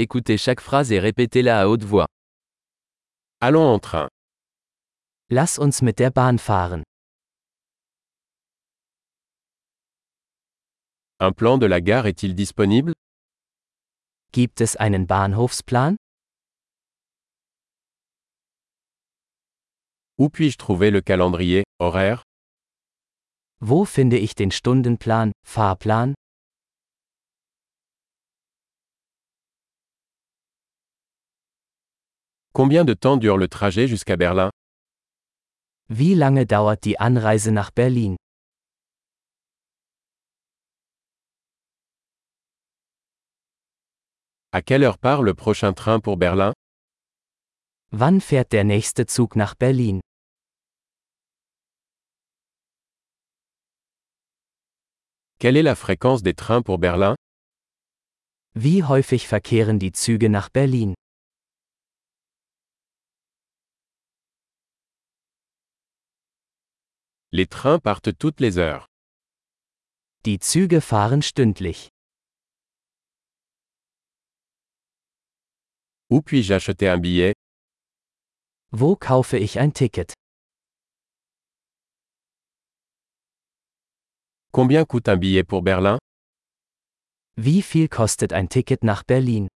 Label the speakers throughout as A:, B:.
A: Écoutez chaque phrase et répétez-la à haute voix.
B: Allons en train.
A: Lass uns mit der Bahn fahren.
B: Un plan de la gare est-il disponible
A: Gibt es einen Bahnhofsplan?
B: Où puis-je trouver le calendrier, horaire
A: Wo finde ich den Stundenplan, Fahrplan?
B: Combien de temps dure le trajet jusqu'à Berlin
A: Wie lange dauert die Anreise nach Berlin?
B: À quelle heure part le prochain train pour Berlin
A: Wann fährt der nächste Zug nach Berlin?
B: Quelle est la fréquence des trains pour Berlin
A: Wie häufig verkehren die Züge nach Berlin?
B: Les trains partent toutes les heures.
A: Die Züge fahren stündlich.
B: Où puis-je acheter un billet
A: Wo kaufe ich ein Ticket?
B: Combien coûte un billet pour Berlin
A: Wie viel kostet ein Ticket nach Berlin?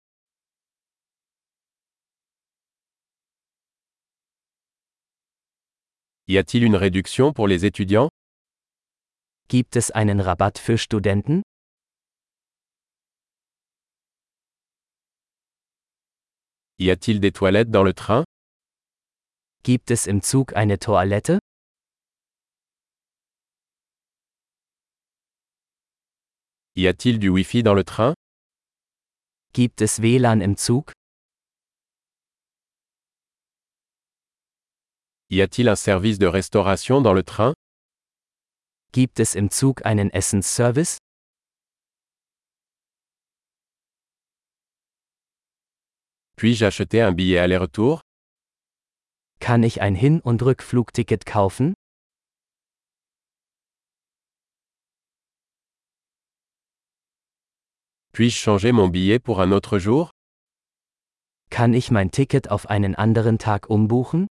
B: Y a-t-il une réduction pour les étudiants
A: Gibt es einen Rabatt für Studenten?
B: Y a-t-il des toilettes dans le train
A: Gibt es im Zug eine Toilette?
B: Y a-t-il du Wi-Fi dans le train
A: Gibt es WLAN im Zug?
B: Y a-t-il un service de restauration dans le train
A: Gibt es im Zug einen Essensservice?
B: Puis-je acheter un billet aller-retour
A: Kann ich ein Hin- und Rückflugticket kaufen?
B: Puis-je changer mon billet pour un autre jour
A: Kann ich mein Ticket auf einen anderen Tag umbuchen?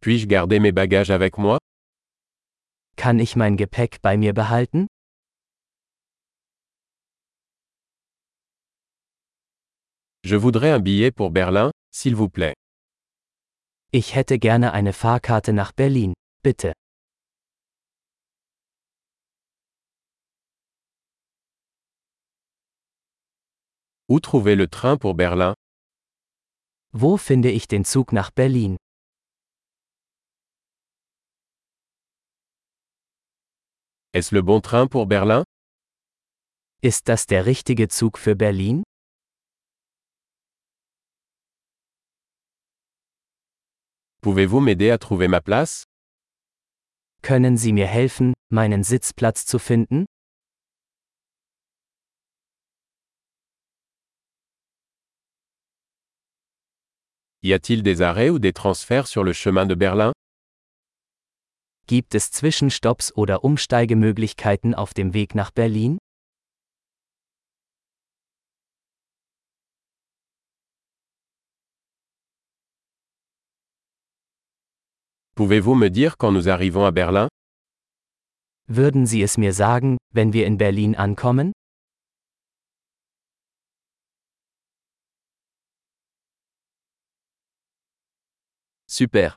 B: Puis-je garder mes bagages avec moi
A: Kann ich mein Gepäck bei mir behalten?
B: Je voudrais un billet pour Berlin, s'il vous plaît.
A: Ich hätte gerne eine Fahrkarte nach Berlin, bitte.
B: Où trouver le train pour Berlin
A: Wo finde ich den Zug nach Berlin?
B: Est-ce le bon train pour Berlin
A: Ist das der richtige Zug für Berlin?
B: Pouvez-vous m'aider à trouver ma place
A: Können Sie mir helfen, meinen Sitzplatz zu finden?
B: Y a-t-il des arrêts ou des transferts sur le chemin de Berlin
A: Gibt es Zwischenstopps oder Umsteigemöglichkeiten auf dem Weg nach Berlin?
B: Pouvez-vous me dire quand nous arrivons à Berlin
A: Würden Sie es mir sagen, wenn wir in Berlin ankommen?
C: Super.